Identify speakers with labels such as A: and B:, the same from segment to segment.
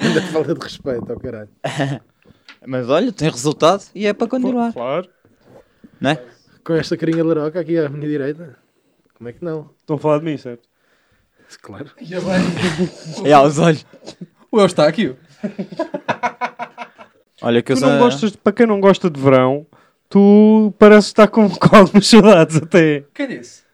A: Ainda falta de respeito, ao caralho.
B: Mas olha, tem resultado e é para continuar,
C: Claro.
B: não é?
A: Com esta carinha laroca aqui à minha direita. Como é que não?
C: Estão a falar de mim, certo?
A: Claro.
D: E bem,
B: É aos olhos.
D: o Eustáquio.
B: Olha que eu
C: Tu
B: sou...
C: não gostas, para quem não gosta de verão, tu pareces estar com, com algumas saudades até.
D: Quem disse?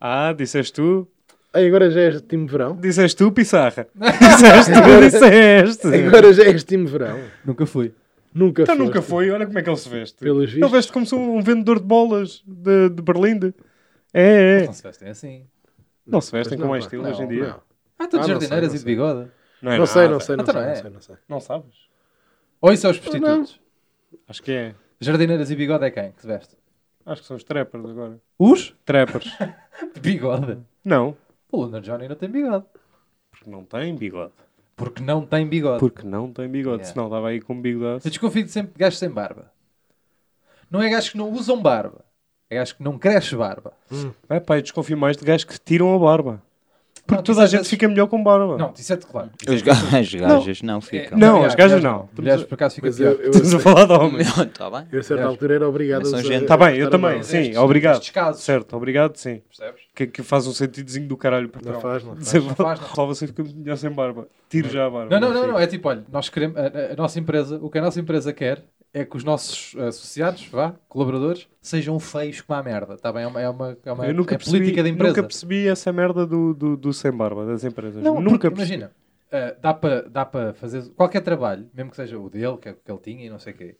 C: Ah, disseste tu?
A: Aí agora já és time verão.
C: Disseste tu, Pissarra. Disseste tu,
A: É
C: disseste.
A: Agora já és time verão.
D: Nunca fui.
A: Nunca
C: É. Então
A: foste.
C: nunca foi, olha como é que ele se veste.
A: Pelos
C: ele
A: vistos.
C: veste como se um, um vendedor de bolas de, de Berlim. É, é.
D: Não se vestem assim.
C: Não se vestem
A: Mas não,
C: com mais
A: pá.
C: estilo
D: Não,
C: hoje em dia.
A: Não,
D: Ah, estão de
A: Ah, não
D: jardineiras
A: sei,
D: e de bigode.
C: Não, é
A: Não sei,
C: nada.
A: não sei, não
D: Então
A: sei,
D: não
A: não
D: é.
A: sei, não sei.
C: Não sabes?
D: Ou isso é os prostitutos?
C: Acho que é.
D: Jardineiras e bigode é quem que se veste?
C: Acho que são os trappers agora.
D: Os?
C: Trappers.
D: De bigode.
C: não.
D: O Luna Johnny não tem bigode.
C: Porque não tem bigode.
D: Porque não tem bigode.
C: Porque não tem bigode.
D: Yeah.
C: Senão estava aí com bigode.
D: Eu desconfio de sempre de gajos sem barba. Não é gajos que não usam barba. É gajos que não cresce barba.
C: É pá, eu desconfio mais de gajos que tiram a barba. Porque
D: Não,
C: toda a
D: isso é
C: gente
D: gajos-
C: fica melhor com barba.
D: Não, isso é de claro.
B: Os ga- as gajas não, ficam.
C: Não,
D: aliás,
C: as gajas
D: mulheres
C: não.
D: Mulheres por acaso ficam
A: Mas eu,
D: pior.
A: eu,
C: Estamos a falar de homens.
B: Está tá bem.
A: eu a certa altura era obrigado
C: é
B: Mas são
A: a
B: gente.
C: Está Tá bem, eu
A: estar a
C: também.
A: mão.
C: Sim,
D: Estes-
C: obrigado.
D: estes casos.
C: Certo, obrigado, sim.
D: Percebes?
C: Que, que faz um sentidozinho do caralho para
A: Não
C: trás.
A: faz, não faz.
C: Dizer,
D: faz, não.
C: Só você fica melhor sem barba. Tiro já a barba.
D: Não, não, não, não. É tipo, olha, nós queremos, a, a- a nossa empresa, o que a nossa empresa quer é que os nossos associados, vá, colaboradores, sejam feios como a merda. Está bem? É uma, é uma, é uma
C: Eu nunca
D: é
C: percebi,
D: política da empresa.
C: nunca percebi essa merda do, do, do sem barba das empresas.
D: Não,
C: nunca
D: porque,
C: percebi.
D: imagina, ah, dá para dá para fazer qualquer trabalho, mesmo que seja o dele, que, é o que ele tinha e não sei o quê.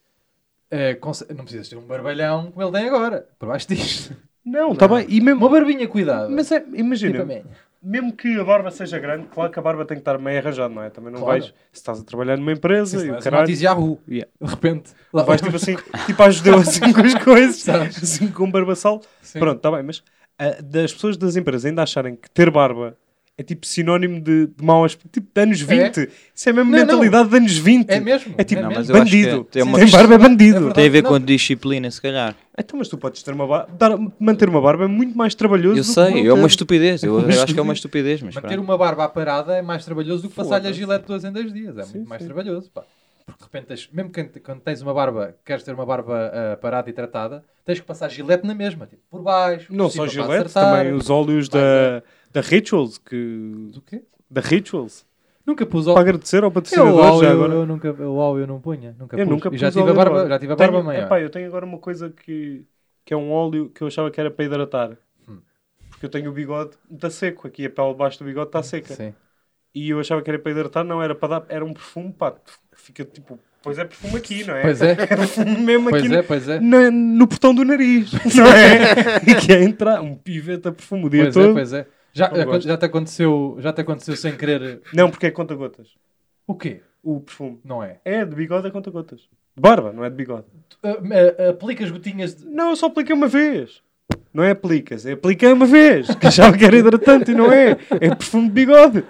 D: ah, conse- não precisas ter um barbalhão como ele tem agora, por baixo disto.
C: Não, está bem. E mesmo,
D: Uma barbinha cuidada.
C: mas é, imagina,
D: Tipo a minha.
C: mesmo que a barba seja grande, claro que a barba tem que estar meio arranjada, não é? Também não
D: Claro.
C: vais, se estás a trabalhar numa empresa e
D: Sim,
C: o
D: mas
C: caralho,
D: Matisse Yahoo.
C: Yeah.
D: De repente. Lá
C: vais tipo assim, tipo ajudou assim com as coisas, assim com um barbaçal.
D: Sim.
C: Pronto, está bem, mas ah, das pessoas das empresas ainda acharem que ter barba é tipo sinónimo de, de mau aspecto, tipo de anos 20. Isso é mesmo
D: Não,
C: mentalidade de anos 20.
D: É mesmo,
C: É tipo,
D: é Não,
B: mesmo. mas eu acho que
C: bandido.
B: tem uma-
C: Tem barba é
D: É
C: bandido.
D: verdade.
B: Tem a ver
D: Não.
B: com disciplina, se calhar.
C: Então, mas tu podes ter uma barba. dar- manter uma barba é muito mais trabalhoso.
B: Eu
C: do que
B: sei,
C: não
B: é uma
C: ter.
B: estupidez. Eu, eu acho que é uma estupidez, mas
D: Manter
B: pronto.
D: uma barba à parada é mais trabalhoso do que passar-lhe a
C: Foda-se.
D: gilete duas em dois dias. É muito mais trabalhoso. pá. Porque de repente, tens- mesmo quando, quando tens uma barba, queres ter uma barba ah, parada e tratada, tens que passar gilete na mesma. Tipo, por baixo.
C: Não
D: por
C: só
D: cima, para
C: gilete,
D: acertar.
C: também os óleos da, da Rituals. Que,
D: Do quê?
C: da Rituals.
D: Nunca pus
C: Para
D: óleo.
C: agradecer ao
D: Eu, É o
C: patrocinador já
D: óleo,
C: agora.
D: eu nunca, o óleo eu não punha. Nunca
C: Eu
D: pus.
C: nunca
D: E já
C: pus
D: tive
C: óleo
D: a
C: de
D: barba, já tive a barba
C: Tenho-
D: maior.
C: epá, eu tenho agora uma coisa que, que é um óleo que eu achava que era para hidratar.
D: Hum.
C: Porque eu tenho o bigode, está seco. Aqui a pele abaixo do bigode está seca.
D: Sim.
C: E eu achava que era para hidratar, não, era para dar. Era um perfume, pá. Fica tipo. Pois é, perfume aqui, não é?
D: Pois é.
C: Perfume mesmo
D: Pois
C: aqui
D: é, pois é.
C: na- no portão do nariz, não é? e que é entrar um pivete a perfume o dia
D: Pois
C: todo.
D: é, pois é. Já,
C: Não
D: já-
C: gosto.
D: já te aconteceu, já te aconteceu sem querer.
C: Não, porque é conta-gotas.
D: O quê?
C: O perfume.
D: Não é?
C: É, de bigode é conta-gotas. De Barba, não é de bigode.
D: Tu, ah,
C: eh,
D: ah, aplicas gotinhas de.
C: Não, eu só apliquei uma vez. Não é aplicas, é apliquei uma vez. Que achava que era hidratante e não é. É perfume de bigode.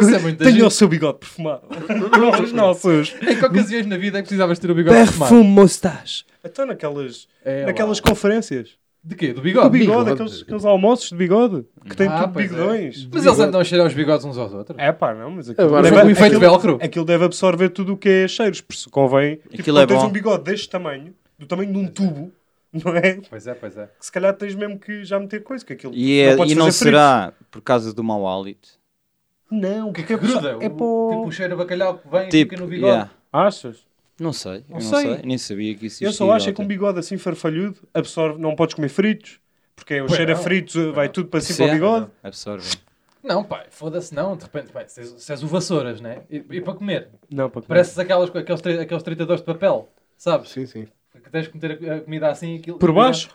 D: Isso é muito
C: Tenho
D: giro.
C: o seu bigode perfumado. Não, os nossos.
D: Em que ocasiões na vida é que precisavas ter o bigode perfumado?
C: Perfume mustache. Então naquelas,
D: É,
C: naquelas
D: lá.
C: conferências.
D: De quê? Do
C: Do
D: bigode?
C: bigode,
A: bigode.
C: aqueles, aqueles almoços de bigode. Que têm
D: Ah,
C: tudo
D: pois é.
C: bigodões.
D: Mas eles andam a cheirar os bigodes uns aos outros.
C: É pá, não, mas
A: Agora
D: é
C: deve-
D: com o efeito
C: aquilo-
D: velcro.
C: Aquilo deve absorver tudo o que é cheiros, por isso convém. Tipo,
B: Aquilo é
C: quando tens
B: bom.
C: um bigode deste tamanho, do tamanho de um tubo, não é? Que
D: Pois é, pois é.
C: se calhar tens mesmo que já meter coisa, que aquilo
B: E, é-
C: não podes
B: e não
C: fazer
B: será por causa do mau hálito.
C: frio. Não,
D: O que é
C: porque
D: que
C: é
D: gruda?
C: para- É
D: O- Tipo o
C: para...
D: cheiro a bacalhau que vem e
B: Tipo,
D: fica no bigode.
B: yeah.
C: Achas?
B: não sei, eu
C: Não
B: não sei.
C: sei.
B: nem sabia que isso
C: Eu só
B: existia,
C: acho é que um
B: Walter.
C: bigode assim farfalhudo absorve, não podes comer fritos, porque é o
D: Pois
C: cheiro a
D: não.
C: fritos, vai tudo para cima
B: Sim,
C: ao bigode.
B: Absorve.
D: Não, pai, foda-se não. De repente, pai, se és- se és o vassouras, né? E, e para comer?
C: Não, para comer.
D: Pareces aquelas, co- aqueles, tre- aqueles tritadores de papel, sabes?
A: Sim, sim.
D: Que tens que meter a a comida assim e aquilo.
C: Por baixo?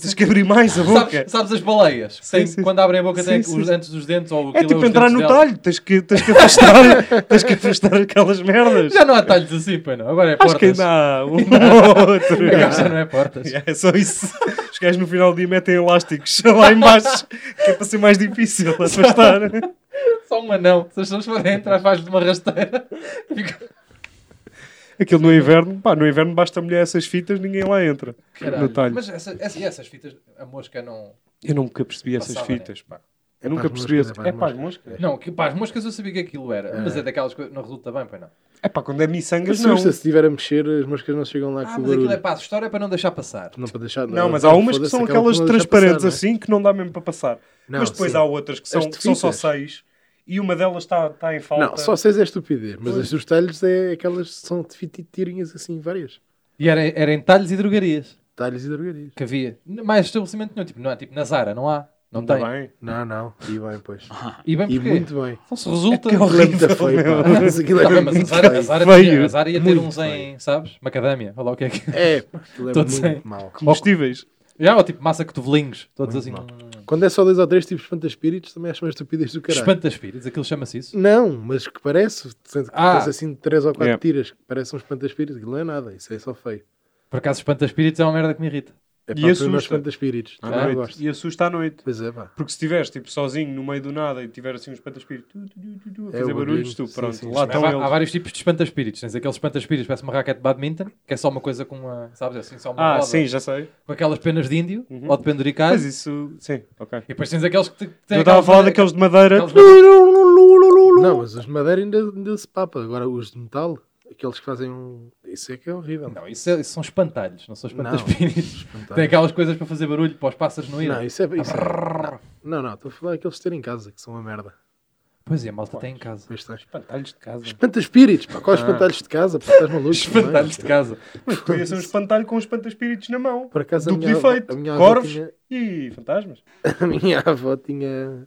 C: Tens que abrir mais a boca.
D: Sabes, sabes as baleias? Tem-
C: sim.
D: Quando abrem a boca,
C: Sim,
D: têm
C: sim,
D: os
C: sim.
D: dentes dos dentes ou
C: É
D: aquilo
C: tipo
D: os
C: entrar
D: dentes
C: no
D: delas.
C: talho, tens que, tens que afastar, tens que afastar aquelas merdas.
D: Já não há talhos assim, pai, não. Agora é
C: Acho que
D: portas.
C: ainda há um ou outro.
D: Agora já não é portas.
C: É só isso. Os gajos no final do dia metem elásticos lá em baixo, que é para ser mais difícil afastar.
D: Só um anão. Se as pessoas forem entrar, faz de uma rasteira. Fica-
C: Aquilo no inverno, pá, no inverno basta molhar essas fitas, ninguém lá entra.
D: um
C: No talho.
D: Mas essa- essa- e essas fitas, a mosca não.
C: Eu nunca percebi essas
D: passava, né?
C: fitas.
D: Pá.
A: É
C: nunca
A: pá, as
C: percebi
A: moscas,
C: esse-
A: é
C: É
A: pá,
C: pá,
A: as
C: as moscas.
D: Não, que, pá, as moscas eu sabia que aquilo era. Mas é daquelas coisas. Não resulta bem, pois não.
C: É pá, quando é miçangas, não.
A: Assusta, se estiver a mexer, as moscas não chegam lá
D: Ah,
A: com o
D: mas aquilo é
A: barulho.
D: para assustar, é para não deixar passar.
A: Não, para deixar,
C: Não, mas há umas que
A: foda-se,
C: são
A: acaba por
C: aquelas
A: não deixar
C: transparentes
A: passar, não é?
C: assim que não dá mesmo para passar.
A: Não,
C: mas depois
A: sim.
C: há outras que
A: As
C: são, que são só
A: difíceis.
C: seis e uma delas está tá em falta.
A: Não, só seis é estupidez, mas
C: Pois.
A: as dos talhos é aquelas que são de fiti- tirinhas assim, várias.
D: E era, era em talhos e drogarias
A: Talhos e drogarias.
D: que havia. Mais estabelecimento nenhum. Tipo, não há, tipo, na Zara, não há. Não
C: Ainda
D: tem.
C: bem.
A: Não, não. E bem, pois.
D: E bem
A: E
D: porque.
A: muito bem.
D: Então se resulta.
C: É que é horrível.
A: Aquilo é muito feio, pá. Mas aquilo é
D: Tá bem, mas a
A: muito
D: Zara, a
A: feio.
D: Zara
C: Feio.
D: tinha- a Zara ia ter
A: Muito
D: uns em, sabes? Macadâmia. Olha lá o que é que.
A: É, pá, aquilo é
D: Todos
A: muito
D: em-
A: mal.
C: Comestíveis.
D: Já, ou tipo massa cotovelinhos. Todos assim.
A: Quando é só dois ou três tipos de espanta-espíritos, também acho uma estupidez do caralho.
D: Espanta-espíritos, aquilo chama-se isso.
A: Não, mas que parece, sendo que
D: Ah.
A: parece assim de três ou quatro
C: Yeah.
A: tiras, que parece um espanta-espíritos, aquilo não é nada, isso é só feio.
D: Por acaso, espanta-espíritos é uma merda que me irrita.
A: É
C: E
A: para os meus
C: assusta.
A: espanta-espíritos,
C: À
A: Ah, não
C: noite.
A: gosto.
C: Ah, E assusta à noite.
A: Pois é, pá.
C: Porque se estiveres tipo, sozinho no meio do nada e tiver assim um espanta-espírito tu, tu, tu, tu, tu, a
A: É
C: fazer
A: o
C: barulhos,
A: barulhinho.
C: tu,
A: Sim,
C: pronto,
A: sim,
C: lá
A: sim.
D: Há,
C: estão
D: va- há
C: eles.
D: vários tipos de espanta-espíritos. Tens aqueles espanta-espíritos, parece uma raquete de badminton, que é só uma coisa com uma. Sabes? Assim, só uma.
C: Ah,
D: roda,
C: sim, já sei.
D: Com aquelas penas de índio,
C: Uhum.
D: ou de
C: Mas
D: penduricalho.
C: isso, sim, ok.
D: E depois tens aqueles que. te- que têm
C: Eu estava a falar daqueles
D: aquelas madeira-
C: de madeira.
D: aqueles madeira-
A: Não, mas os de madeira ainda, ainda se papa. Agora os de metal, aqueles que fazem um. Isso é que é horrível.
D: Não, isso, é- isso são espantalhos, não são espanta-espíritos.
C: Tá.
A: Espantalho.
D: Tem aquelas coisas para fazer barulho para os pássaros não irem.
A: Não, isso é. Isso é... Não, não, estou a falar daqueles que terem em casa, que são uma merda.
D: Pois é, a malta tem em casa.
A: Pois tens.
C: Espantalhos de casa.
A: Espanta-espíritos, pá. Quais espantalhos de casa? Pá, estás maluco?
D: Ah. Espantalhos de casa.
C: Mas podia ser um espantalho com os espanta-espíritos na mão.
A: é? Por acaso, a
C: Duplo
A: minha,
C: efeito.
A: a minha avó
C: Corvos
A: tinha,
C: e fantasmas.
A: a minha avó tinha,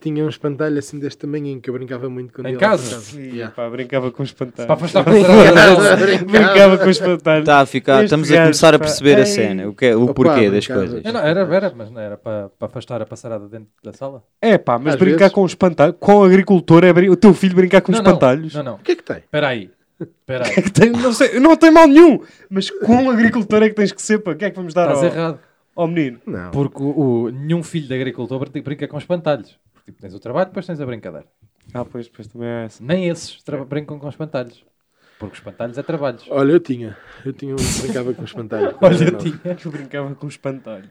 A: tinha um espantalho assim deste tamanho em que eu brincava muito quando
D: Em
A: ia lá para
D: casa?
C: E,
A: Yeah.
C: pá, brincava com os
D: Para
C: espantalhos.
D: afastar para
C: Brincava
B: Tá.
C: com um os espantalhos.
B: Está a ficar,
C: Este
B: estamos a
C: gajo,
B: começar a
C: pá.
B: perceber a
C: Ei.
B: cena, o, que é- o
A: Opa,
B: porquê das
A: brincava.
B: coisas.
D: não, era, era, mas não era para, para afastar a passarada dentro da sala.
C: É pá, mas
A: Às
C: brincar
A: vezes.
C: com os espantalhos, com o agricultor, é brin- o teu filho brincar com os
D: não, não,
C: espantalhos.
D: Não, não.
A: O que é que tem?
D: Espera aí. Espera aí.
C: É que tem- não, sei, não tem mal nenhum, mas com o agricultor é que tens que ser, pá, o que é que vamos dar
D: Estás
C: ao,
D: errado.
C: ao menino?
A: Não.
D: Porque o, o- nenhum filho de agricultor brin- brinca com espantalhos. Porque, tipo, tens o trabalho, depois tens a brincadeira.
C: Ah, pois, pois também é essa.
D: Nem esses tra- brincam com espantalhos. Porque espantalhos é trabalhos.
A: Olha, eu tinha. Eu tinha um brincava com um espantalho. quando
D: Olha,
A: era novo.
D: tinha.
C: Que eu brincava com o espantalho.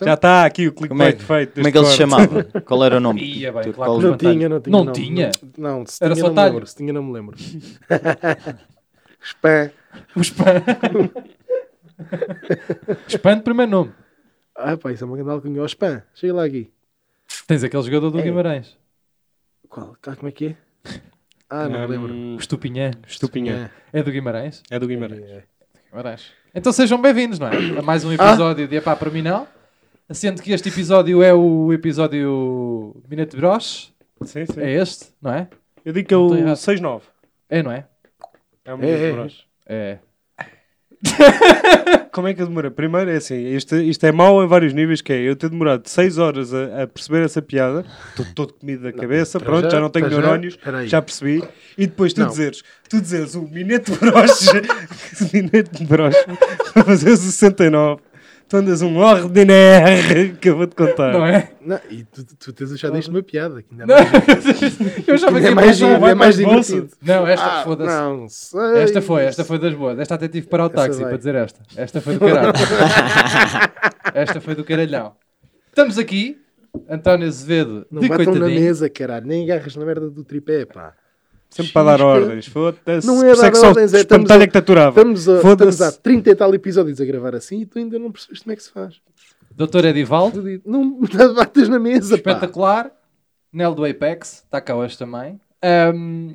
C: Já está aqui o clique
B: Então, Como é,
C: bem feito.
B: como é que ele se
C: deste corte.
B: chamava? Qual era o nome?
D: Ia bem,
B: Tu-
D: claro
B: qual-
D: que
A: Não tinha, não tinha.
D: Não tinha?
A: Não, se
D: Era
A: tinha,
D: só
A: não me
D: talho?
A: lembro. Se tinha, não me lembro. Spam.
D: O espan... Espan, primeiro nome.
A: Ah, pá, isso é uma grande alcunha. Ó, Spam, chega lá aqui.
D: Tens aquele jogador do Guimarães.
A: Qual? Cá, como é que é? Ah, não me lembro.
D: O
C: Hum,
D: Estupinhã.
C: Estupinha.
D: É do Guimarães?
C: É do
A: É,
C: Guimarães.
A: é.
D: Então sejam bem-vindos, não é? A mais um episódio de Epá para mim não. Sendo que este episódio é o episódio Minute Bros.
C: Sim, sim.
D: É este, não é?
C: Eu digo que é
D: Não
C: o
D: estou errado.
C: 6-9.
D: É, não é?
C: É o
A: É, é, é.
C: é,
D: É.
C: Como é que eu demorei? Primeiro é assim, isto, isto é mau em vários níveis, que é eu ter demorado 6 horas a, a perceber essa piada, estou todo comido da cabeça,
A: para
C: pronto, já,
A: já,
C: não tenho
A: para já,
C: neurónios, já,
A: peraí.
C: percebi, e depois tu
A: Não.
C: dizeres, tu dizeres o Mineto Broche, Mineto Broche, para fazer o 69, tu andas um ordinaire, que eu vou-te contar.
D: Não é?
A: Não, e tu, tu tens achado isto uma piada. Que ainda
D: Não.
A: não.
D: Eu já
A: Ainda
D: vi
A: é
D: que
A: mais
D: mais
A: giro,
C: vai
A: é mais
C: para o bolso.
A: divertido.
D: Não, esta
A: Ah,
D: foda-se.
A: não sei.
D: Esta foi, esta foi das boas. Esta até tive que parar o
A: Essa
D: táxi
A: vai.
D: para dizer esta. Esta foi do caralho. esta foi do caralhão. Estamos aqui, António Azevedo,
A: Não
D: de
A: batam na
D: coitadinho.
A: mesa, caralho. Nem agarras na merda do tripé, pá.
C: Sempre para dar
A: Chispa.
C: ordens, foda-se.
A: Não é
C: por isso
A: dar
C: que só
A: ordens, é, estamos
C: espantalho
A: a-
C: é que te aturava.
A: Estamos, a,
C: Foda-se.
A: estamos há 30 e tal episódios a gravar assim e tu ainda não percebeste como é que se faz.
D: Doutor Edivaldo,
A: Não batas na mesa, pá.
D: espetacular. Nel do Apex, está cá hoje também. Ahm,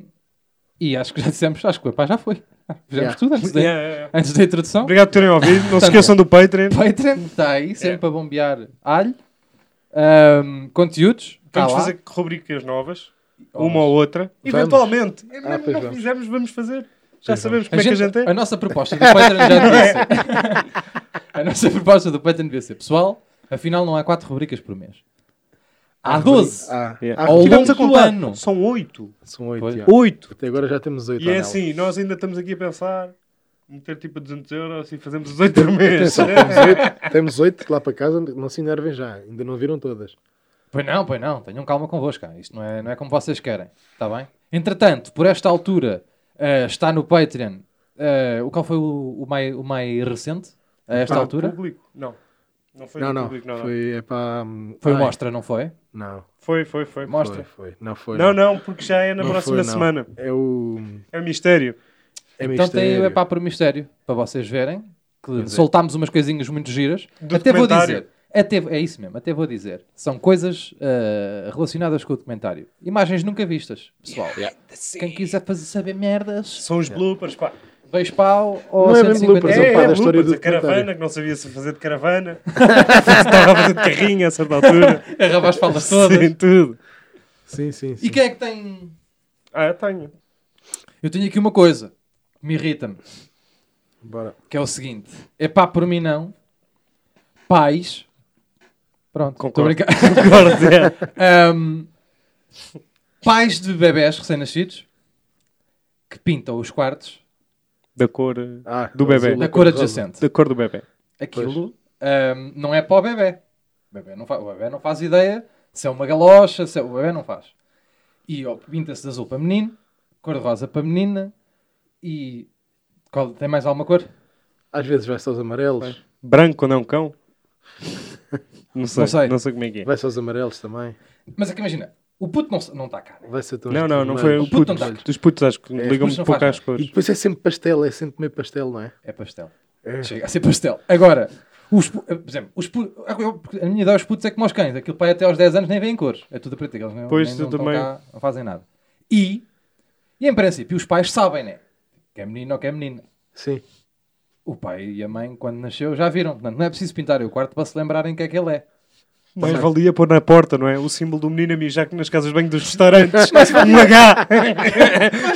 D: e acho que já dissemos, acho que o epá já foi. Fizemos
A: Yeah.
D: tudo antes, da-
C: Yeah, yeah, yeah.
D: antes da introdução.
C: Obrigado por terem ouvido,
D: Tá
C: não se esqueçam do Patreon.
D: Patreon está aí, sempre a bombear alho. Ahm, conteúdos, está
A: Tá
C: Vamos
D: lá.
C: fazer rubricas novas, uma ou outra.
A: Vamos.
C: Eventualmente. É
A: Ah,
C: Mesmo
A: pois
C: não
A: vamos.
C: fizermos, vamos fazer. Já
A: Pois
C: sabemos
D: A
C: como é que a
D: gente-
C: gente é.
D: a nossa proposta do Patreon já devia ser. A nossa proposta do Patreon devia ser, pessoal, afinal não há 4 rubricas por mês. Há 12.
A: Ah,
C: Yeah.
A: ah,
D: Ao
C: Tivemos
D: longo
C: a contar.
D: do ano.
C: São oito.
A: São 8.
D: Pois.
C: Oito.
A: Até agora já temos 8.
C: E é assim, nós ainda estamos aqui a pensar meter tipo 200 euros e fazemos os oito por mês.
A: Atenção, temos 8, temos oito lá para casa, não se enervem já, ainda não viram todas.
D: Pois não, pois não, tenham calma convosco. cara. Isto não é, não é como vocês querem, está bem? Entretanto, por esta altura, eh, está no Patreon. ah, eh, o qual foi o, o mais, o mais recente? A esta
C: Ah,
D: altura?
C: Público. Não. Não foi
A: Não,
C: no
A: não.
C: público, não. não.
A: Foi, é para.
D: Foi mostra, não foi?
A: Não.
C: Foi, foi, foi.
D: Mostra.
A: Foi, foi. Não foi.
C: Não, não, porque já é na
A: Não
C: próxima
A: foi, não.
C: semana.
A: É o.
C: É um mistério.
A: É
D: Então tem o
A: mistério.
D: Epá por Mistério, para vocês verem que soltámos umas coisinhas muito giras.
C: Do
D: até vou
C: documentário.
D: dizer, até, é isso mesmo, até vou dizer. São coisas ah, relacionadas com o documentário. Imagens nunca vistas, pessoal. Quem quiser fazer, saber merdas,
C: São os
A: É.
C: bloopers, pá.
D: dois pau ou
A: Não é bem
D: 150
A: bloopers,
D: euros.
A: é pá, da
C: bloopers,
A: história do
C: a caravana,
A: documentário.
C: que não sabia se fazer de caravana. Estava a fazer de carrinho a certa altura.
D: é, Arraba as falas todas.
C: Sim, tudo.
A: Sim, sim, sim.
D: E quem é que tem...
C: Ah, eu tenho.
D: Eu tenho aqui uma coisa que me irrita-me,
A: Bora.
D: que é o seguinte. É pá por mim não. Pais. Pronto, estou a
C: Concordo.
D: brincar.
C: Agora,
D: é.
C: Zé.
D: Ahm, pais de bebés recém-nascidos que pintam os quartos
C: Da cor, eh,
A: Ah,
C: Do bebé.
A: azul,
D: da cor
A: cor-de-rosa.
D: adjacente.
C: da cor do bebê.
D: Aquilo ahm, não é para o bebê. O bebê não, fa- o bebê não faz ideia se é uma galocha, se é... o bebê não faz. E ó, pinta-se de azul para menino, cor de rosa para menina e. Qual, tem mais alguma cor?
A: Às vezes vai-se aos amarelos.
C: Branco ou não cão? Não sei,
D: Não
C: não
D: sei.
C: sei, como é que é.
A: Vai-se aos amarelos também.
D: Mas é que imagina, o puto não, se- não está cá. né?
A: Vai-se a tons
C: Não, não, não
A: vermelhos.
C: foi o
D: puto
C: puto.
D: não dá.
C: Os putos acho que ligam
D: putos não
C: um pouco
D: faz
C: às
A: E
C: cores.
A: depois é sempre pastel, é sempre comer pastel, não é?
D: É pastel.
A: É.
D: Chega a ser pastel. Agora, os, pu- por exemplo, os pu- eu- a minha ideia aos putos é como aos cães. Aquilo pai até aos 10 anos nem vêem cores. É tudo a preto. Eles não,
C: Pois,
D: nem,
C: eu
D: não, estão
C: também.
D: cá, não fazem nada. E, e, em princípio, os pais sabem, né? Que é menino ou que é menina.
A: Sim.
D: O pai e a mãe, quando nasceu, já viram. Portanto, não é preciso pintar o quarto para se lembrarem que é que ele é.
C: Mas valia pôr na porta, não é? O símbolo do menino a mijar que nas casas de banho dos restaurantes. um H!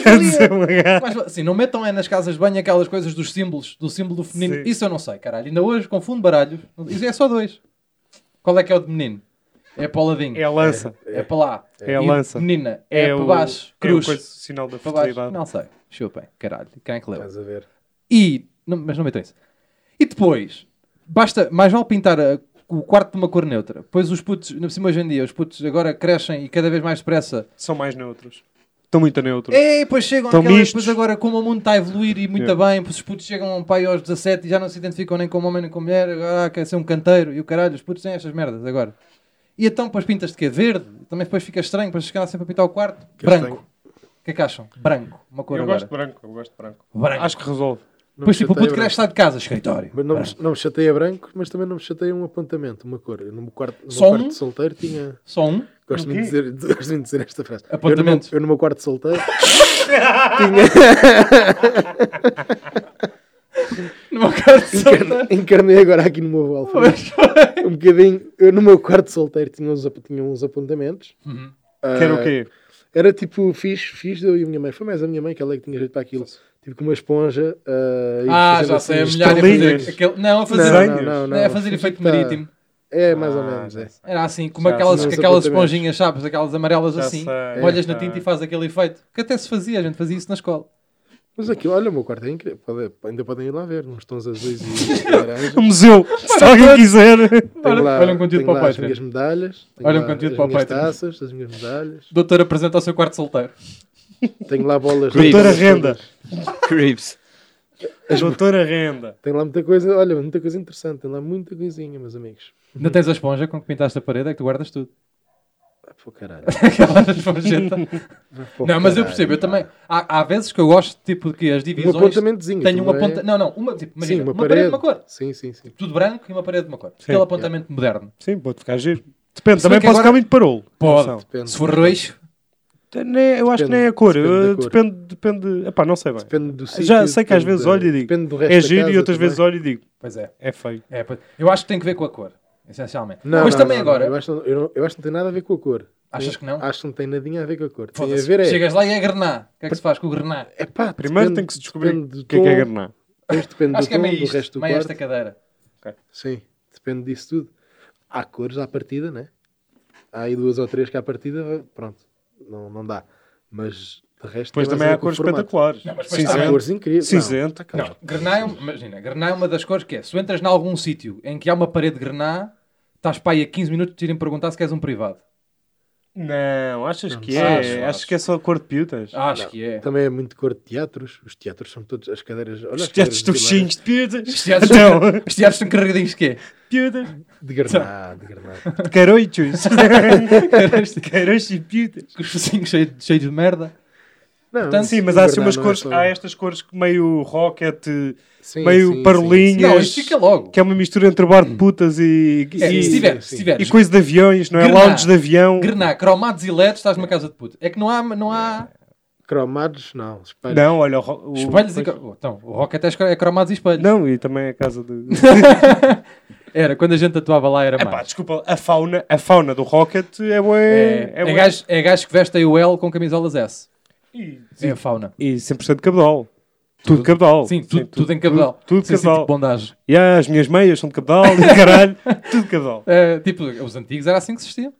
C: Quer dizer, um H.
D: Mas, assim, não metam é nas casas de banho aquelas coisas dos símbolos, do símbolo do feminino.
C: Sim.
D: Isso eu não sei, caralho. Ainda hoje confundo baralhos. Isso é só dois. Qual é que é o de menino? É para o ladinho.
C: É a lança.
D: É para lá.
C: É a
D: E
C: lança.
D: Menina, é, para baixo.
C: é o
D: Cruz.
C: coisa- sinal da
D: para baixo.
C: fertilidade.
D: Não sei. Chupem. Caralho. Quem é que leu?
A: Estás a ver.
D: E... não- mas não metam isso. E depois, basta... Mais vale pintar a- o quarto de uma cor neutra. Pois os putos, na cima hoje em dia, os putos agora crescem e cada vez mais depressa.
C: São mais neutros. Estão muito neutros.
D: E depois chegam
C: Estão
D: àquela... e
C: mistos.
D: Depois agora, como o mundo está a evoluir e muito
C: Yeah.
D: bem, pois os putos chegam a um pai aos 17 e já não se identificam nem como homem nem como mulher. Agora ah, quer ser um canteiro. E o caralho, os putos têm estas merdas agora. E então depois pintas de quê? Verde? Também depois fica estranho, depois chegar sempre a pintar o quarto. Branco.
A: Castanho.
D: O que é que acham? Branco. Uma cor
C: eu
D: agora.
C: gosto de branco, eu gosto de branco.
D: Branco.
C: Acho que resolve.
A: Não
D: Depois
A: me
D: tipo, o
A: chateia
D: puto
A: branco.
D: cresce sai de casa, escritório.
A: Mas não, me-
D: Branco.
A: não me chateia branco, mas também não me chateia um apontamento, uma cor. Eu no meu quarto, no
D: Só
A: meu quarto
D: um?
A: de solteiro tinha.
D: Só um.
A: Gosto muito
C: O
A: de
C: quê?
A: dizer, de- gosto muito de dizer esta frase. Eu no meu-
D: Apontamento.
A: Eu no meu quarto de solteiro
D: No meu caso, só
A: encarna-
D: um.
A: encarnei agora aqui no meu avô Alfredo. Um bocadinho. Eu no meu quarto de solteiro tinha uns, ap- tinha uns apontamentos.
D: Uhum.
A: Ah,
C: Quer o quê?
A: Era tipo, fiz, fiz eu e a minha mãe. Foi mais a minha mãe que ela é que tinha jeito para aquilo. Tipo com uma esponja. ah, e
D: Ah,
A: fazendo
D: já sei, a
A: assim,
D: mulher a
C: estrelinhas.
D: fazer aquele... Não, a fazer...
C: Desenho.
A: Não, não, não, não.
D: é a fazer efeito
A: Tá.
D: marítimo.
A: É, mais ou
C: Ah,
A: menos. É.
D: Era assim, como
C: Já
D: aquelas,
A: sei.
D: com
A: Meus
D: aquelas esponjinhas, sabes? Aquelas amarelas
C: Já
D: assim.
C: sei.
D: Molhas
C: É.
D: na tinta e faz aquele efeito. Que até se fazia, a gente fazia isso na escola.
A: Mas aquilo, olha, o meu quarto é incrível. Pode- ainda podem ir lá ver, uns tons azuis e laranja.
C: O museu, se alguém quiser.
A: Tenho lá,
D: Olha um
A: tenho
D: conteúdo para o
A: lá as minhas
D: Patreon.
A: medalhas. tenho
D: Olha um
A: lá
D: conteúdo
A: as
D: para o
A: minhas
D: Patreon.
A: taças, as minhas medalhas.
D: Doutor apresenta o seu quarto solteiro.
A: Tenho lá bolas.
B: Doutora
A: bolas
C: Renda.
A: todas.
B: Creeps.
C: Doutora Renda.
A: Tenho lá muita coisa, olha, muita coisa interessante. Tenho lá muita coisinha, meus amigos.
D: Ainda tens a esponja com que pintaste a parede, é que tu guardas tudo.
A: Ah, pô, caralho.
D: Aquela esponjeta.
A: Pô,
D: Não, mas
A: caralho.
D: eu percebo, eu também. Há, há vezes que eu gosto, tipo, que as
A: Um
D: divisões.
A: apontamentozinho.
D: Tenho
A: também.
D: uma ponta. Não, não, uma, tipo, imagina,
A: Sim,
D: uma, parede de uma cor.
A: Sim, sim, sim.
D: Tudo branco e uma parede de uma cor.
C: Sim.
D: Aquele apontamento moderno.
C: Sim, pode ficar giro. Depende,
D: Se bem
C: também
D: que
C: pode
D: agora-
C: ficar muito parolo.
D: Pode.
A: Depende.
D: Se for roxo,
C: Nem- eu acho que nem é a cor.
A: Depende da
C: eu-
A: cor.
C: Depende, depende. Epá, não sei bem.
A: Depende do sítio.
C: Já sei que às
A: depende
C: vezes
A: da-
C: olho e digo,
A: Depende do resto
C: É
A: da
C: giro e
A: casa
C: outras
A: também.
C: vezes olho e digo,
D: pois é.
C: é feio.
D: é pois- Eu acho que tem que ver com a cor, essencialmente.
A: Não,
D: mas
A: não,
D: também
A: não, não.
D: agora,
A: Eu acho, eu, não- eu acho que não tem nada a ver com a cor.
D: achas
A: Tem-
D: que não?
A: Acho que não tem nadinha a ver com a cor. Tem a
D: Foda-se.
A: ver é.
D: Chegas lá e é grená. O que é que se faz com o grená?
A: Epá,
C: Primeiro
A: depende-
C: tem que se descobrir
A: depende do
C: o que é que é
A: tom,
C: garnar.
A: depois depende
D: Acho
A: do
D: que é
A: tom,
D: meio
A: do resto
D: isto,
A: do
D: meio
A: quarto.
D: esta cadeira.
A: Sim, depende disso tudo. Há cores à partida, né? Há aí duas ou três que à partida, pronto, não, não dá. Mas de resto.
C: Depois
A: tem
C: também
A: mais
C: há
A: a ver com o
C: cores
A: formato.
C: espetaculares.
D: Não, mas depois
A: Há
C: Cinzento.
A: cores incríveis. Não, tá
C: Cinzento.
D: Não, grená é, um- imagina, grená é uma das cores que é. Se tu entras em algum sítio em que há uma parede de grená, estás para aí a 15 minutos de te irem perguntar se queres um privado.
C: Não, achas que
D: sei.
C: é?
D: Acho,
C: Acho,
D: acho.
C: que é só a cor de piutas.
D: Acho
A: Não.
D: que é.
A: Também é muito cor de teatros. Os teatros são todos as cadeiras. Olha,
C: Os
A: as cadeiras
C: teatros estão cheios de
D: Os
C: piutas.
D: teatros,
C: Então,
D: os teatros estão carregadinhos é, de quê?
C: piutas.
A: De granada, de granada.
C: De caroichos. Caroichos e piutas.
D: Com os focinhos cheios, cheios de merda.
A: Não,
D: Portanto,
C: Sim, mas
A: de
C: há assim umas
A: granada
C: cores.
A: não é só-
C: Há estas cores que meio rocket,
A: Sim,
C: meio
A: sim, sim,
C: parolinho.
A: sim.
D: Não, isto fica logo.
C: que é uma mistura entre bar de putas e.
D: É,
C: e-
D: se
A: sim.
D: tiver, se tiver.
C: e coisa de aviões, não é?
D: Grená.
C: Lounge de avião.
D: Grená, cromados e LEDs, estás numa casa de puto. É que não há. Não há...
A: Cromados, não. Espelhos.
C: Não, olha, o,
A: É,
C: ro- o-
D: Espelhos e. cro- Então, o rock até é cromados e espelhos.
C: Não, e também a casa de.
D: Era, quando a gente atuava lá era
C: Epá,
D: mais.
C: desculpa, a fauna, a fauna do Rocket é boa.
D: É,
C: É,
D: é,
C: bué-
D: gajo, é gajo que veste a UL com camisolas S.
C: E,
D: É a fauna.
C: e 100% cabedal. Tudo, cabedal.
D: Sim, tudo, tudo em cabedal.
C: Tudo, tudo
D: Sim, sim,
C: cabedal.
D: tipo bondagem.
C: E ah, as minhas meias são de cabedal, e caralho, tudo cabedal.
D: É, tipo, os antigos era assim que se vestia.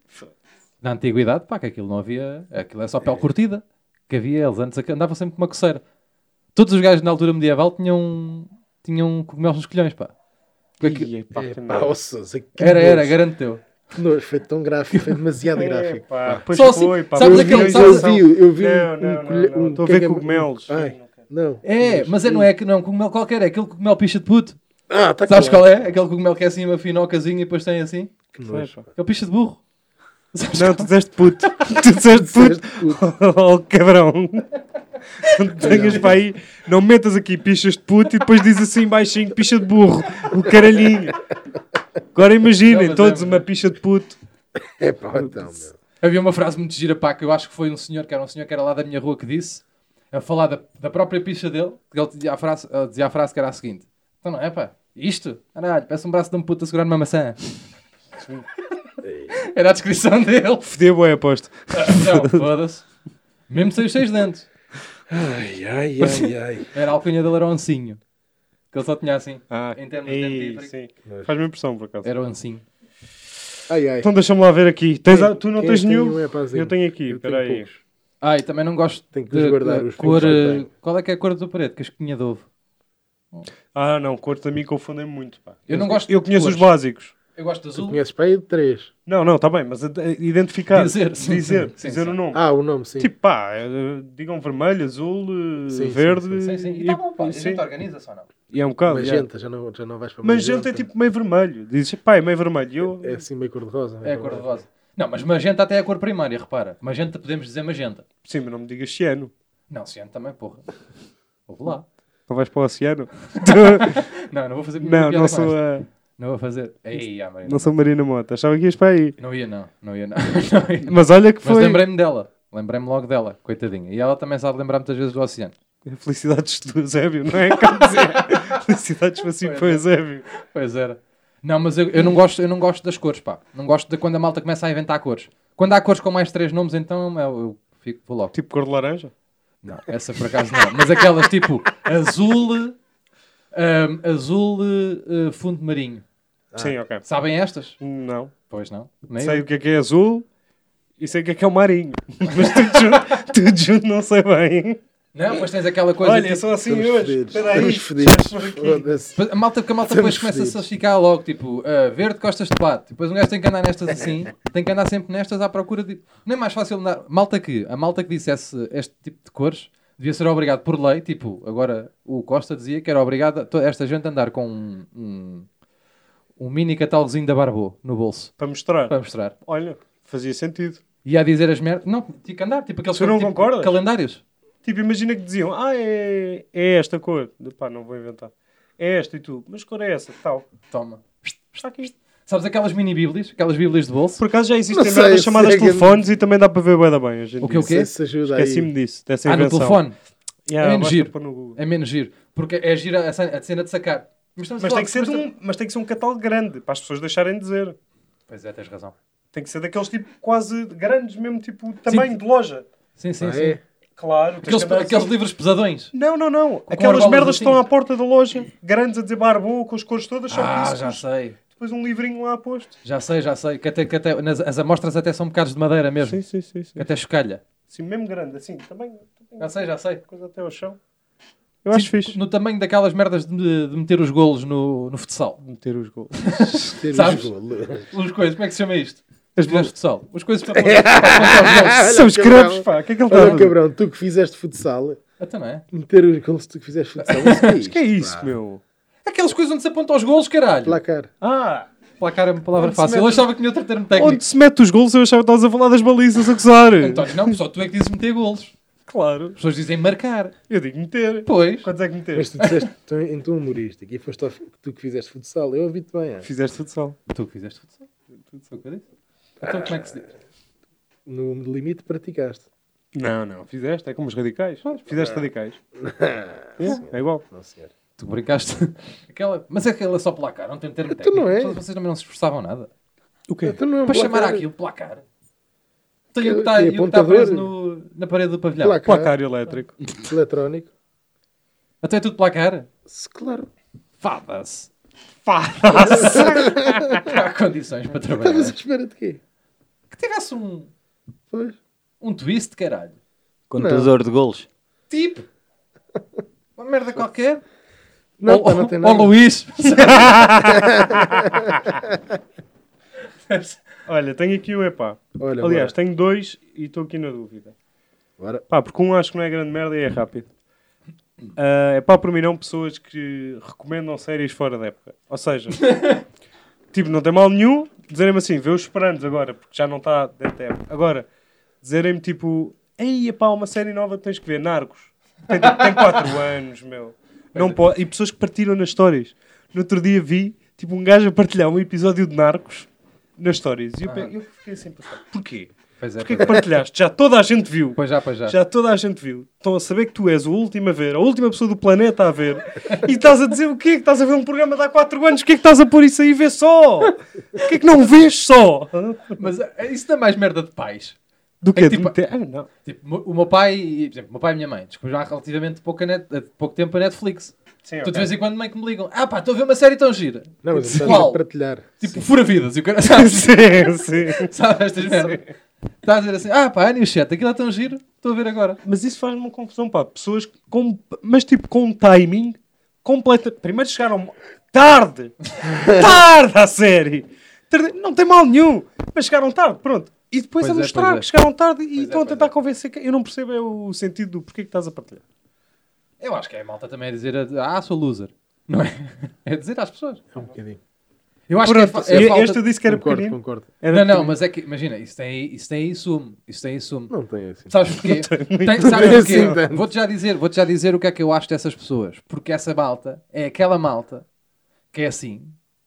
D: Na antiguidade, pá, que aquilo não havia. Aquilo é só pele curtida. Que havia, eles antes andavam sempre com uma coceira. Todos os gajos na altura medieval tinham, tinham cogumelos nos colhões, pá. Com aquilo-
C: Ih, epá, que
A: Epá,
C: nojo.
A: ó Sousa, que
D: Era, era, É.
A: nojo.
D: garanto teu.
A: Que nojo, foi tão gráfico, foi demasiado gráfico.
C: Epá, pois
D: Só assim,
C: foi, pá,
D: sabes
C: os
D: aquele-
C: milhões
D: sabes
C: de-
A: eu vi, eu vi
C: Não,
A: um-
C: não,
A: um
C: não,
A: colhe-
C: não,
A: um
C: estou a ver
A: cagam-
C: cogumelos.
A: Ai, não.
D: É, mas é, não é que não, é um cogumelo qualquer, é aquele cogumelo picha de puto.
A: Ah, tá
D: Sabes
A: claro.
D: qual é? Aquele cogumelo que é assim, uma finocazinha e depois tem assim.
A: Que nojo.
D: É o picha de burro. Sabes
C: Não,
D: qual-
C: tu disseste puto. Tu disseste puto.
A: Disseste puto.
C: Oh, cabrão. Não tenhas para aí. Não metas aqui pichas de puto e depois diz assim baixinho picha de burro. O caralhinho. Agora
D: Não,
C: imaginem
D: mas
C: todos
D: é-
C: uma picha de puto.
A: É pá, então, meu.
D: Havia uma frase muito gira, pá, que eu acho que foi um senhor, que era um senhor que era lá da minha rua, que disse, a falar da, da própria picha dele, que ele dizia a, frase, ele dizia a frase que era a seguinte: Então não é, pá, isto? Caralho, parece um braço de um puto a segurar numa maçã. era a descrição dele.
C: Fudeu, é aposto.
D: Não, foda-se. Mesmo sem os seis dentes.
A: Ai, ai, ai, ai.
D: Era a alcunha dele, era o ancinho. Que ele só tinha assim.
C: Ah,
D: Em termos de
C: ei,
D: dentífrico.
C: sim.
A: Mas-
C: Faz-me impressão, por
A: É.
C: acaso.
D: Era o ancinho.
A: Ai, ai.
C: Então deixa-me lá ver aqui. Tens,
A: Quem-
C: ah, tu não
A: quem
C: tens
A: tem
C: nenhum?
A: um é pazinho?
C: eu tenho aqui,
A: Eu
C: peraí.
A: poucos.
D: Ah, e também não gosto
A: Tenho que
D: de
A: resguardar
D: da
A: os
D: cor.
A: filmes que
D: eh,
A: eu tenho.
D: Qual é que é a cor da parede? Casquinha de ovo.
C: Ah, não, cores a mim confundem muito. Pá.
D: Eu não gosto
C: Eu
D: de
C: conheço
D: cores.
C: os básicos.
D: Eu gosto de azul.
A: Conheces para aí de três.
C: Não, não, está bem, mas eh, identificar.
D: Dizer, sim,
C: dizer,
D: sim, sim,
C: dizer
D: sim.
C: o nome.
A: Ah, o nome, sim.
C: Tipo, pá, eh, digam vermelho, azul, eh,
A: Sim, sim,
C: verde.
D: Sim, sim. E
C: e-
D: tá bom, pá. A
C: sim.
D: gente organiza só, não?
C: E é um bocado. já.
A: Magenta, já não, já não vais para
C: Magenta é tipo meio vermelho. Dizes, pá, é meio vermelho. E Eu,
A: É assim meio cor-de-rosa.
D: É a cor de rosa. Não, mas magenta até é a cor primária, repara. Magenta podemos dizer magenta.
C: Sim, mas não me digas ciano.
D: Não, ciano também, porra. Ouve lá.
C: Não vais para o oceano?
D: Não, não vou fazer nenhuma
C: não,
D: piada
C: não
D: com
C: sou,
D: esta.
C: a,
D: Não vou fazer. Ei, ah, Marina.
C: não sou Marina Mota. Achava que ias para aí.
D: Não ia não, não ia não. Não ia, não.
C: Mas olha que
D: Mas
C: foi.
D: lembrei-me dela. Lembrei-me logo dela, coitadinha. E ela também sabe lembrar muitas vezes do oceano.
C: Felicidades do Eusébio, não é? Quer dizer, Felicidades para si
D: Pois é.
C: para o Eusébio.
D: Pois era. Não, mas eu, eu não gosto, eu não gosto das cores, pá. Não gosto de quando a malta começa a inventar cores. Quando há cores com mais três nomes, então eu, eu fico vou logo.
C: Tipo cor de laranja.
D: Não, essa por acaso não. Mas aquelas tipo azul, ahm, azul eh, fundo marinho.
C: Sim, ok.
D: Sabem estas?
C: Não.
D: Pois não. Nem
C: Sei
D: eu.
C: o que é que é azul e sei o que é que é o marinho. Mas tudo junto, tudo junto não sei bem.
D: Não, depois tens aquela coisa.
C: Olha,
D: tipo-
C: sou assim
A: Estamos
C: hoje.
A: fedidos.
C: Espera aí.
A: Estamos fedidos. Foda-se.
D: A malta, porque a malta
A: Estamos
D: depois começa a
A: fedidos.
D: sassificar logo, tipo, ah, verde costas de pato. Depois um gajo tem que andar nestas assim, tem que andar sempre nestas à procura de. Não é mais fácil andar. Malta que, a malta que dissesse este tipo de cores devia ser obrigado por lei, tipo, agora o Costa dizia que era obrigado a toda esta gente a andar com um, um, um mini catálogozinho da Barbô no bolso
C: Para mostrar.
D: para mostrar.
C: Olha, fazia sentido.
D: E a dizer as merdas. Não, tinha que andar, tipo aqueles
C: Tu não
D: tipo,
C: concordas?
D: calendários.
C: Tipo, imagina que diziam, ah, é, é esta cor. Pá, não vou inventar. É esta e tu. Mas que cor é essa? Tal.
D: Toma.
C: Está aqui.
D: Sabes aquelas mini bíblias? Aquelas bíblias de bolso?
C: Por acaso já existem
A: Não sei,
C: merdas chamadas
A: segue-me.
C: telefones e também dá para ver bué da bem hoje em
D: é O que
C: dia.
D: o
A: Não sei
D: quê?
A: se ajuda aí.
C: Esqueci-me disso, dessa
D: Ah, no
C: invenção.
D: telefone.
C: Yeah,
D: É menos
C: basta
D: giro.
C: pôr no Google.
D: É menos giro. Porque é gira a cena a cena de sacar. Mas, estamos a
C: Mas
D: falar-
C: tem, que ser de um, mas tem que ser um catálogo grande, para as pessoas deixarem de dizer.
D: Pois é, tens razão.
C: Tem que ser daqueles tipo quase grandes, mesmo tipo tamanho
D: Sim.
C: de loja.
D: Sim, sim,
A: Ah,
D: sim.
A: é?
C: Claro. tens
D: Aqueles,
C: que andar
D: aqueles
C: assim.
D: livros pesadões.
C: Não, não, não. Aquelas
D: argolas
C: merdas que
D: assim.
C: estão à porta da loja, grandes a dizer barbou, com as cores todas, só
D: Ah,
C: que isso,
D: já sei.
C: depois um livrinho lá posto.
D: Já sei, já sei. Que até, que até, nas- as amostras até são bocados de madeira mesmo.
C: Sim, sim, sim. sim.
D: Que até chocalha.
C: Assim, mesmo grande, assim, também. também
D: Já sei, já sei.
C: Coisa até ao chão. Eu acho
D: Sim,
C: fixe.
D: No tamanho daquelas merdas de, de meter os golos no, no futsal.
C: Meter os gols.
A: Ter os
D: Sabes?
A: golos.
D: Os coisas, como é que se chama isto?
C: As
D: Tiveste
C: pessoas.
D: futsal. Os coisas para para- para- para- para-
C: São
A: Ah, o
C: escravos,
A: cabrão.
C: pá. O que é que ele
A: Olha,
C: está a
A: cabrão, tu que fizeste futsal,
D: Até não é?
A: meter os gols tu que fizeste futsal. Isso
C: Mas que é isso, meu?
D: Aquelas coisas onde se aponta aos golos, caralho.
A: Placar.
C: Ah!
D: Placar é uma palavra
C: Onde se
D: fácil.
C: mete-
D: Eu achava que tinha outro termo técnico.
C: Onde se mete os golos, eu achava que estavas a falar das balizas a gozar.
D: António, não, só tu é que dizes meter golos.
C: Claro.
D: As pessoas dizem marcar.
C: Eu digo meter.
D: Pois.
C: Quantos é que meter?
A: Mas tu disseste tu- em tom humorístico e foste ao fu- tu que fizeste futsal. Eu ouvi-te bem. ah.
C: Fizeste futsal.
D: Tu que fizeste futsal. Foi o que eu disse. Então como é que se diz?
A: No limite praticaste.
C: Não, não. Fizeste. É como os radicais. Fizeste radicais. É, é igual.
A: Não, senhor.
D: Tu brincaste. Aquela... Mas é aquela só placar, não tem termo
A: Então
D: técnico.
A: não é.
D: As pessoas- Vocês também não se esforçavam nada.
C: O quê?
A: Então não é um
D: Para chamar
A: placar.
D: aquilo placar.
A: Que-
D: Tem o que está
A: que é
D: e o que está preso
A: apontador?
D: no- na parede do pavilhão.
A: Placar.
C: Placar elétrico.
A: Eletrónico.
D: Até é tudo placar.
A: Se- Claro.
D: Fada-se.
C: Faz!
D: Há condições para
C: é.
D: trabalhar.
A: Estavas à espera de quê?
D: Que tivesse um,
A: Pois.
D: um twist, caralho.
B: Contador de golos.
D: Tipo. Uma merda qualquer.
A: Não,
D: Ou-
A: pá, não tem
D: ou-
A: nada.
D: ou Luís.
C: Olha, tenho aqui o epá.
A: Olha, bora.
C: Aliás, tenho dois e estou aqui na dúvida.
A: Bora.
C: Pá, porque um acho que não é grande merda e é rápido. Ah, é pá, por mim não, pessoas que recomendam séries fora da época. Ou seja, tipo, não tem mal nenhum dizerem-me assim, vê os esperantes agora, porque já não está dentro da época. Agora, dizerem-me tipo, ei, pá, uma série nova que tens que ver, Narcos. Tem, tipo, tem quatro anos, meu. Não pode. E pessoas que partiram nas histórias. No outro dia vi, tipo, um gajo a partilhar um episódio de Narcos nas histórias. E eu,
A: Ah.
C: pe- eu fiquei assim, pensar, porquê?
D: Pois é,
C: Porquê
D: pois
C: que
D: é.
C: partilhaste? Já toda a gente viu.
D: Pois é. já, pois já.
C: Já toda a gente viu. Estão a saber que tu és o último a ver, a última pessoa do planeta a ver. E estás a dizer o quê? Que estás a ver um programa de há 4 anos? O que é que estás a pôr isso aí e ver só? O que é que não vês só?
D: Mas eh, isso não é mais merda de pais.
C: Do que
D: É tipo-
C: de meter- Ah, não.
D: Tipo, mo- o meu pai, e, por exemplo, o meu pai e a minha mãe descobriram há relativamente pouco, a net- há pouco tempo a Netflix.
C: Sim,
D: Tu de vez em quando meio que me ligam, ah pá, estou a ver uma série tão gira.
A: Não, mas então, estás
D: Qual?
A: a partilhar.
D: Tipo, fura-vidas. E o cara sabe,
C: sim, sim.
D: sabe estas merdas. Está a dizer assim, ah pá, Annie Chat, aquilo é tão giro, estou a ver agora.
C: Mas isso faz-me uma confusão, pá. Pessoas com... Mas tipo, com um timing completo. Primeiro chegaram tarde. tarde à série. Tarde- Não tem mal nenhum. Mas chegaram tarde, pronto. E depois
D: Pois
C: a
D: é,
C: mostrar
D: pois
C: que
D: é.
C: chegaram tarde e
D: é,
C: estão a
D: pois
C: tentar
D: é.
C: convencer que eu não percebo é o sentido do porquê que estás a partilhar.
D: Eu acho que é a malta também a dizer, ah, sou loser. Não é? É dizer às pessoas.
A: É um bocadinho.
D: Eu acho
C: Pronto,
D: que é, fa- é
C: e-
D: falta...
C: este eu disse que era
A: concordo,
C: pequenino.
A: concordo.
C: Era
D: Não, não,
C: pequenino.
D: mas é que, imagina, isso tem, isso tem aí sumo. Isso tem aí sumo.
A: Não tem assim.
D: é Sabes porquê?
C: muito
D: Tem-
A: bem
D: sabes
A: assim
D: porquê?
A: tanto.
D: Vou-te já, dizer, vou já dizer o que é que eu acho dessas pessoas. Porque essa malta é aquela malta que é assim.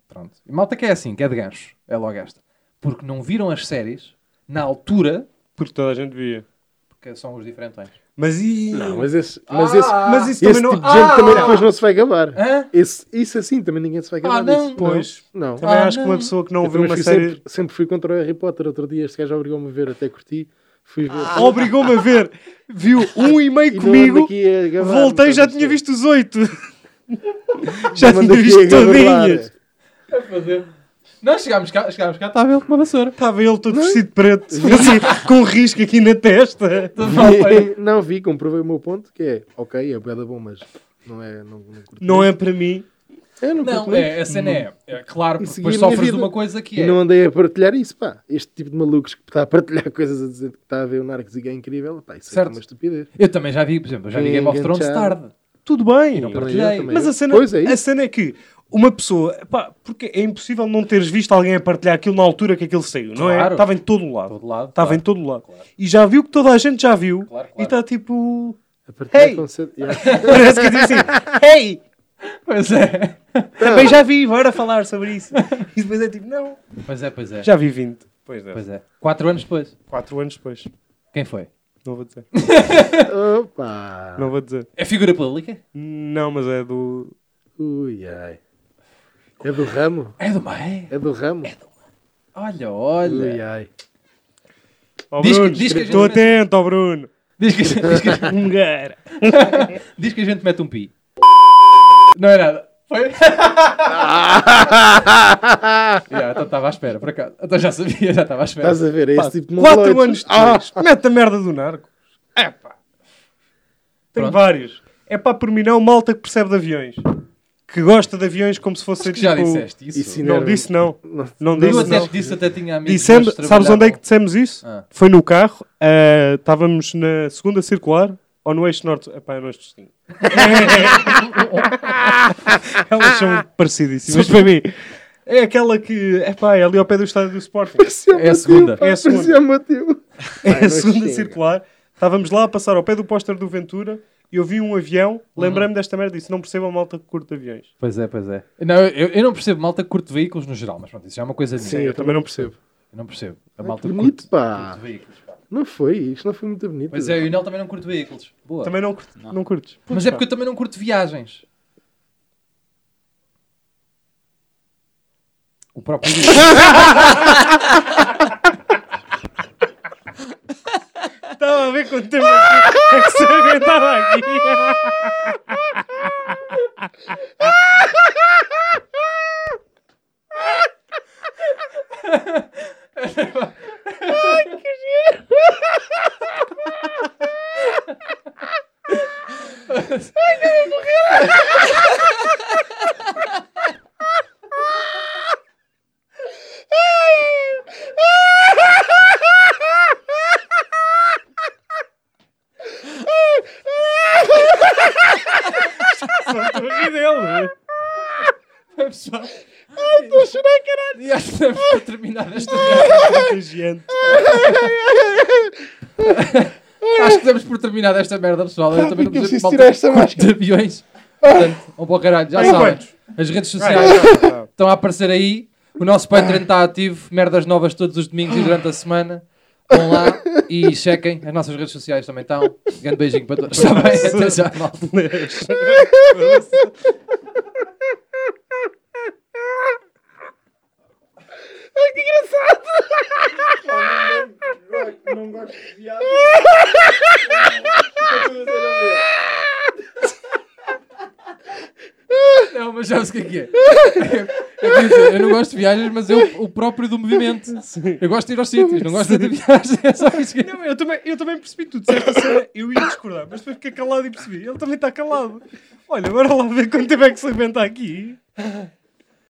D: Pronto. E malta que é assim, que é de gancho. É logo esta. Porque não viram as séries na altura,
C: Porque toda a gente via.
D: porque são os diferentões.
C: Mas e...
A: Não, mas esse, mas esse,
D: Ah,
C: Mas isso
A: esse
C: também
A: tipo
C: não...
A: de gente
C: Ah,
A: também depois não se vai gabar.
D: Hã?
A: Esse, isso assim também ninguém se vai gabar.
D: Ah, não.
A: disso.
C: Pois.
A: Não.
C: Também
D: Ah,
C: acho que uma
D: não.
C: pessoa que não
A: Então, Eu
C: viu
A: também
C: uma
A: fui
C: série...
A: sempre, sempre fui contra o Harry Potter. Outro dia este gajo obrigou-me a ver, até curti. Fui ver.
D: Ah.
C: Obrigou-me a ver. Viu um e meio
A: E não ando
C: comigo.
A: aqui a gabar,
C: Voltei,
A: não
C: já
A: estás a perceber.
C: tinha visto os oito. já
A: é. Não ando
C: tinha
A: aqui
C: visto
A: a gabar.
C: todinhas.
D: Nós chegámos cá, chegámos cá, estava ele com uma vassoura.
C: Estava ele todo vestido de preto, assim, com um risco aqui na testa.
D: Todo mal feito.
A: Não vi, comprovei o meu ponto, que é, ok, é boeda bom, mas não é... Não, não, curti.
C: Não é para mim.
A: Eu não,
D: Não,
A: curto
D: é, a cena é, é
A: E
D: claro, porque
A: segui a
D: depois
A: minha
D: sofres de
A: vida.
D: uma coisa que
A: E
D: é.
A: não andei a partilhar isso, pá. Este tipo de malucos que está a partilhar coisas a dizer que está a ver o Narcos e que é incrível, pá, isso é
D: Certo.
A: uma estupidez.
D: Eu também já vi, por exemplo, eu já vi
A: Sim,
D: Game of Thrones
A: enganchado.
D: tarde.
C: Tudo bem.
A: Também
D: Partilhei.
A: eu, também
C: Mas
A: eu.
C: a cena,
A: é Pois é
C: a
A: isso.
C: cena é que uma pessoa, pá, porque é impossível não teres visto alguém a partilhar aquilo na altura que aquilo saiu, não é?
D: Claro.
C: Estava em todo o lado.
D: Todo lado,
C: Estava
D: claro.
C: em todo o lado. E já viu que toda a gente já viu.
D: Claro, claro.
C: E está tipo.
A: A partilhar
C: Hey!
A: com sede- Yeah.
C: Parece que diz assim: Hey,
D: Pois é.
C: Também já vi, bora falar sobre isso. E depois é tipo, não.
D: Pois é, pois é.
C: Já vi 20. Pois é.
D: Pois é. Ah. Quatro anos depois.
C: 4 anos depois.
D: Quem foi?
C: Não vou dizer.
A: Opa!
C: Não vou dizer.
D: É figura pública?
C: Não, mas é do.
A: Ui, ai. É do ramo?
D: É do meio.
A: É do ramo?
D: Olha,
A: Ui,
D: olha.
A: ai.
C: Ó
D: Diz que-
C: Bruno,
D: diz que a
C: estou
D: gente- Um
C: atento, ó Bruno.
D: Diz que, diz, que,
C: Mulher.
D: diz que a gente mete um pi. Não é nada. Foi? Já, então estava à espera, por acaso. Então já sabia, já estava à espera.
A: Estás a ver? É esse tipo de
C: 4
A: mongoloides.
C: anos
A: Ah!
C: depois. Mete a merda do narco. É pá. Tem
D: Pronto.
C: vários. É pá, por mim não, malta que percebe de aviões. que gosta de aviões como se fosse
D: Acho que já
C: tipo-
D: disseste isso.
A: isso
C: Não
A: enerva-me.
C: disse não. Não
D: eu
C: disse
D: até
C: não.
D: disse, até tinha amigos.
C: Dissemos,
D: meus
C: sabes onde é que
D: trabalhavam-
C: dissemos isso?
D: Ah.
C: Foi no carro, ah, estávamos na segunda circular ou no eixo norte. Epá, é no eixo destino. Elas são parecidíssimas para mim. É aquela que, epá, é ali ao pé do estádio do Sporting.
D: É a segunda.
C: É a segunda.
A: Mateu.
C: É
A: não
C: a segunda
A: chega.
C: circular. Estávamos lá a passar ao pé do póster do Ventura e eu vi um avião. Lembrei-me desta merda e disse: Não percebo a malta que curte aviões.
D: Pois é, pois é. Não, eu, eu não percebo malta que curte veículos no geral, mas pronto, isso já é uma coisa minha.
A: Sim, eu também não percebo.
D: Eu não percebo.
A: Ai, que
D: A malta que
A: bonito,
D: curte,
A: pá.
D: curte veículos. pá.
A: Não foi, isto não foi muito bonito.
D: Pois é, eu e o Nel também não curto veículos. Boa.
C: Também não, curto, não. curtes.
D: Mas é porque eu também não curto viagens. O próprio Yuri.
C: Estava a ver quanto tempo é que se aguentava aqui. é Só estou a rir dele. é?
D: pessoal. estou a chorar, caralho. E acho que estamos para terminar esta merda.
C: Contagiante.
D: Acho que estamos por terminar esta merda, pessoal. Eu também não
A: eu preciso
D: percebo
A: tirar
D: malta
A: esta
D: que curte
A: máscara.
D: de aviões. Portanto, vão para o caralho. Já
C: Tem
D: sabem.
C: quantos?
D: As redes
C: Vai,
D: sociais
C: vai, vai, vai.
D: estão a aparecer aí. O nosso Patreon está ativo. Merdas novas todos os domingos e durante a semana. Vão lá e chequem. As nossas redes sociais também estão. Grande beijinho para todos. Está bem? Até já, malta. Não, mas sabes o que é que é? É- é que, quer dizer, eu não gosto de viagens, mas eu o próprio do movimento. Eu gosto de ir aos sítios, não gosto de viagens. É só isso que-
C: Não, eu, também, eu também percebi tudo. Certo? Cena, eu ia discordar, mas depois fiquei calado e percebi. Ele também está calado. Olha, agora lá ver quanto tempo é que se aguenta aqui.